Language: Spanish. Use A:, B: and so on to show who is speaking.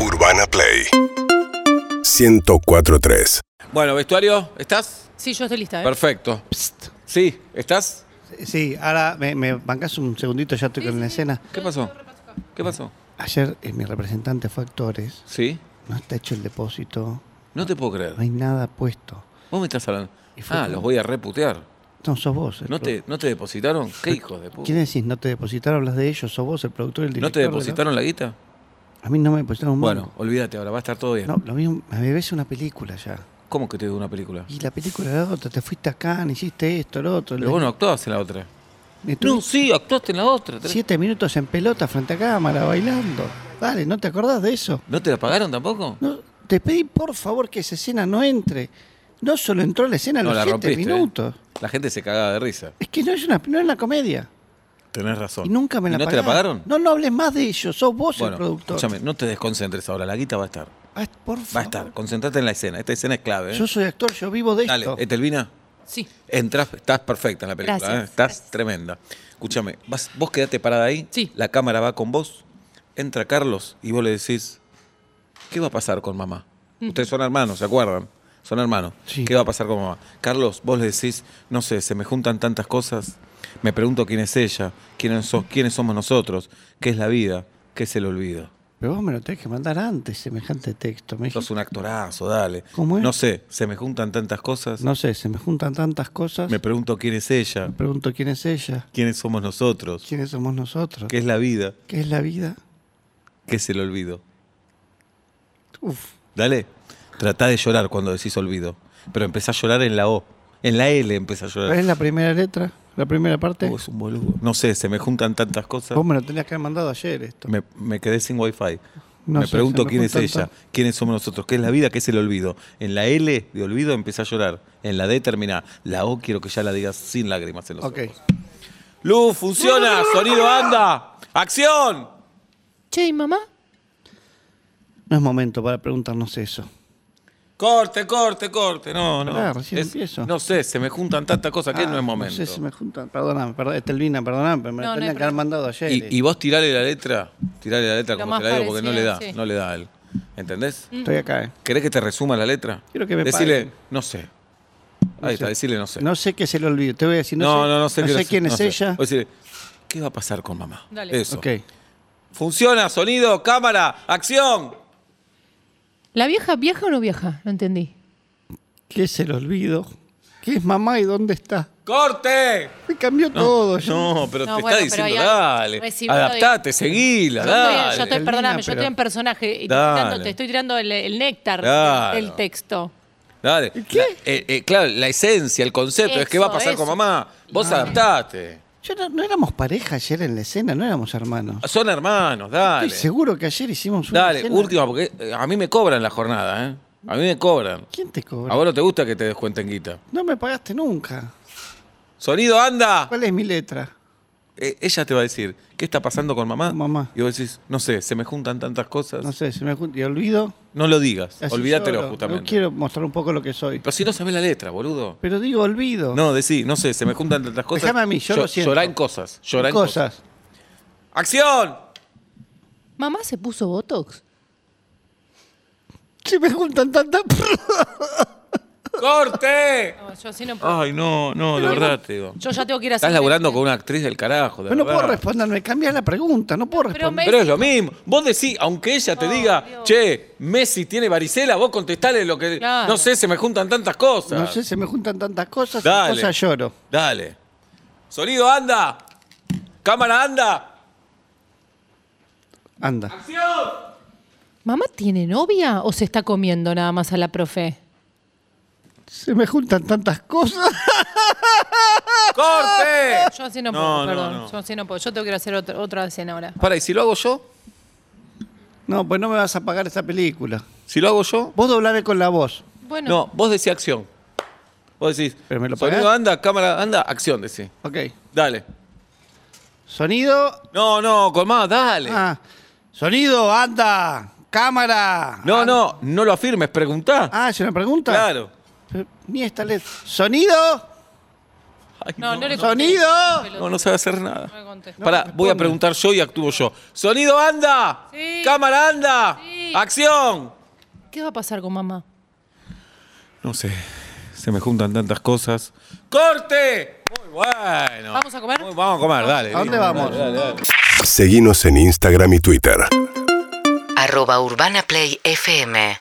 A: Urbana Play 1043.
B: Bueno, vestuario, ¿estás?
C: Sí, yo estoy lista. ¿eh?
B: Perfecto. Sí, ¿estás?
D: Sí, ahora me, me bancás un segundito, ya estoy con la escena.
B: ¿Qué pasó? ¿Qué pasó?
D: Ayer eh, mi representante fue a actores,
B: Sí.
D: no está hecho el depósito,
B: No te puedo creer.
D: no hay nada puesto.
B: Vos me estás hablando.
D: Y fue
B: Ah,
D: como-
B: los voy a reputear.
D: No, sos vos. el
B: ¿No te,
D: produ-
B: ¿No te depositaron? ¿Qué hijos de puta?
D: ¿Quién decís? ¿No te depositaron? Hablas de ellos, sos vos el productor y el
B: ¿No
D: director.
B: te
D: de la-
B: depositaron la guita?
D: A mí no me depositaron un
B: Bueno,
D: mango.
B: olvídate ahora, va a estar todo bien.
D: No, lo mismo, me ves una película ya.
B: ¿Cómo que te dio una película?
D: Y la película era otra, te fuiste acá, hiciste esto, lo otro.
B: Pero
D: le-
B: vos no actuabas en la otra.
D: me tuve
B: No, sí, actuaste en la otra. tenés-
D: Siete minutos en pelota frente a cámara, bailando. Dale, ¿no te acordás de eso?
B: ¿No te la pagaron tampoco?
D: No, te pedí por favor que esa escena no entre. No solo entró la escena a
B: No,
D: los
B: la
D: siete
B: rompiste. ¿eh?
D: minutos.
B: La gente se cagaba de risa.
D: Es que no es una, no es una comedia.
B: Tenés razón.
D: Y nunca me
B: ¿Y
D: la
B: no te
D: pagaron.
B: la pagaron?
D: No, no hables más de ello. Sos vos el
B: Bueno,
D: productor.
B: escúchame, no te desconcentres ahora, la guita va a estar.
D: Ah, por favor.
B: Va a estar, concentrate en la escena. Esta escena es clave. ¿eh?
D: Yo soy actor, yo vivo de
B: Dale, este-
D: esto.
B: Etelvina,
C: Sí.
B: entras, estás perfecta en la película.
C: Gracias,
B: ¿eh? Estás tremenda. Escúchame, vas- vos quedate parada ahí,
C: Sí.
B: la cámara va con vos, entra Carlos y vos le decís, ¿qué va a pasar con mamá?
C: Mm.
B: Ustedes son hermanos, ¿se acuerdan? Son hermanos.
D: Sí.
B: ¿Qué va a pasar con mamá? Carlos, vos le decís, no sé, se me juntan tantas cosas, me pregunto quién es ella, quiénes, so- quiénes somos nosotros, qué es la vida, qué se le olvida.
D: Pero vos me lo tenés que mandar antes, semejante texto. Me
B: Sos
D: dijiste-
B: un actorazo, dale.
D: ¿Cómo es?
B: No sé, se me juntan tantas cosas.
D: No sé, se me juntan tantas cosas.
B: Me
D: Me
B: pregunto quién es ella,
D: pregunto quién es ella,
B: quiénes somos nosotros,
D: quiénes somos nosotros,
B: qué es la vida,
D: qué es la vida.
B: qué es el olvido.
D: Uf.
B: Dale, tratá de llorar cuando decís olvido, pero empezá a llorar en la O, en la L empezá a
D: ¿Cuál es
B: llorar.
D: la primera letra? ¿La primera parte?
B: Oh, es un boludo. No sé, se me juntan tantas cosas.
D: Vos me lo tenías que haber mandado ayer esto.
B: Me, me quedé sin wifi.
D: No
B: me
D: sé,
B: pregunto
D: se me
B: quién es
D: juntan
B: ella,
D: tantas-
B: quiénes somos nosotros, qué es la vida, qué es el olvido. En la L de olvido empecé a llorar, en la D terminá. La O quiero que ya la digas sin lágrimas en los
D: Ok.
B: ojos. Luz, funciona, sonido anda, acción.
C: Che, ¿y mamá?
D: No es momento para preguntarnos eso.
B: Corte, corte, corte. No, no.
D: Pará, recién
B: Es-
D: empiezo.
B: No sé, se me juntan tantas cosas que no es
D: Ah,
B: momento.
D: No sé si me juntan. Perdóname, perdón, Estelvina, perdóname, pero me
C: No,
D: lo
C: no
D: tenían
C: hay
D: que haber
C: problema.
D: mandado ayer. eh.
B: y, y vos tirale la letra, tirale la letra
C: Lo
B: como
C: más
B: te la digo, porque no le
C: parecido,
B: da,
C: sí.
B: no le da a él. ¿Entendés?
D: Estoy acá, eh.
B: ¿Querés que te resuma la letra?
D: Quiero que me
B: Decirle,
D: paguen.
B: no sé.
D: No
B: Ahí
D: sé.
B: está, decirle no sé.
D: No sé qué se le olvidó. Te voy a decir, no,
B: no,
D: sé,
B: no, no sé, qué-
D: quién
B: no
D: es
B: sé.
D: ella.
B: O decirle, ¿qué va a pasar con mamá?
C: Dale.
B: Eso.
D: Ok.
B: Funciona, sonido, cámara, acción.
C: ¿La vieja viaja o no viaja? No entendí.
D: ¿Qué se le olvidó? ¿Qué es mamá y dónde está?
B: ¡Corte!
D: Me cambió todo. yo-
B: No, pero
C: No,
B: te
C: bueno, pero
B: está
C: ahí
B: diciendo,
C: algo-
B: dale.
C: recibilo,
B: Adaptate, seguila,
C: Yo estoy-
B: dale.
C: yo estoy,
D: Elina,
C: perdóname, yo
D: pero-
C: estoy en personaje. y te,
B: Dale.
C: estoy tirando, te estoy tirando el, el néctar
B: Claro.
C: del texto.
B: Dale.
D: ¿Qué?
B: La- eh, eh, claro, la esencia, el concepto es que
C: Eso,
B: va a pasar con
C: eso.
B: mamá. Vos adaptate.
D: Yo no, no éramos pareja ayer en la escena, no éramos hermanos.
B: Son hermanos, Ah, dale.
D: Estoy seguro que ayer hicimos una
B: Dale,
D: escena.
B: última, porque eh, a mí me cobran la jornada, ¿eh? A mí me cobran.
D: ¿Quién te cobra?
B: A vos no te gusta que te descuenten guita.
D: No me pagaste nunca.
B: Sonido, anda.
D: ¿Cuál es mi letra?
B: Eh, ella te va a decir, ¿qué está pasando con mamá?
D: Con mamá.
B: Y vos decís, no sé, se me juntan tantas cosas.
D: No
B: No,
D: sé, se me junta y olvido.
B: lo digas,
D: Así
B: olvídatelo
D: lloro.
B: justamente.
D: No quiero mostrar un poco lo que soy.
B: Pero si no sabés la letra, boludo.
D: Pero digo olvido.
B: No, decí, no sé, se me juntan tantas cosas.
D: Déjame a mí, yo lo siento.
B: Llorá en cosas, llorá en cosas.
D: cosas.
B: ¡Acción!
C: ¿Mamá se puso Botox?
D: Si me juntan tantas.
B: ¡Corte!
C: No, yo así no puedo.
B: Ay, no, no, de verdad te digo.
C: Yo ya tengo que ir a
B: Estás
C: hacer-
B: laburando con una actriz del carajo, de
D: Pero no puedo
B: verdad.
D: responderme, cambias la pregunta, no puedo
C: Pero me-
D: responder.
B: Pero es lo mismo. Vos decís, aunque ella te
C: Oh,
B: diga,
C: Dios.
B: che, Messi tiene varicela, vos contestale lo que.
C: Claro.
B: No sé, se me juntan tantas cosas.
D: No sé, se me juntan tantas cosas,
B: Dale.
D: y cosas lloro.
B: Dale. Sonido, anda. Cámara, anda.
D: Anda.
C: ¿Mamá tiene novia o se está comiendo nada más a la profe?
D: Se me juntan tantas cosas.
B: ¡Corte!
C: Yo así no,
B: No,
C: puedo,
B: no,
C: perdón.
B: no.
C: Yo así no puedo. Yo tengo que ir a hacer otro- otra escena ahora.
B: Para, ¿y si lo hago yo?
D: No, pues no me vas a pagar esta película.
B: ¿Si lo hago yo?
D: Vos doblame con la voz.
C: Bueno,
B: No, vos decís acción. Vos decís.
D: Pero me lo
B: sonido,
D: pagás.
B: anda, cámara, anda, acción, decís.
D: Ok.
B: Dale.
D: Sonido.
B: No, no, con más, dale.
D: Ah. Sonido, anda. Cámara.
B: no,
D: An-
B: no, no lo afirmes, preguntá.
D: Ah, ¿es una pregunta?
B: claro.
D: Pero Ni esta letra. Sonido.
B: Ay,
C: No, no le
D: ¡Sonido!
B: No, no sabe hacer nada.
C: No me conté.
B: Pará, voy a preguntar yo y actúo yo. ¡Sonido anda!
C: Sí.
B: ¡Cámara anda!
C: Sí.
B: ¡Acción!
C: ¿Qué va a pasar con mamá?
B: No sé, se me juntan tantas cosas. ¡Corte! Muy bueno.
C: ¿Vamos a comer?
B: Muy- vamos a comer, dale.
D: ¿A dónde
B: listo,
D: vamos?
B: dale, dale, dale.
A: Seguinos en Instagram y Twitter.
E: arroba urbanaplayfm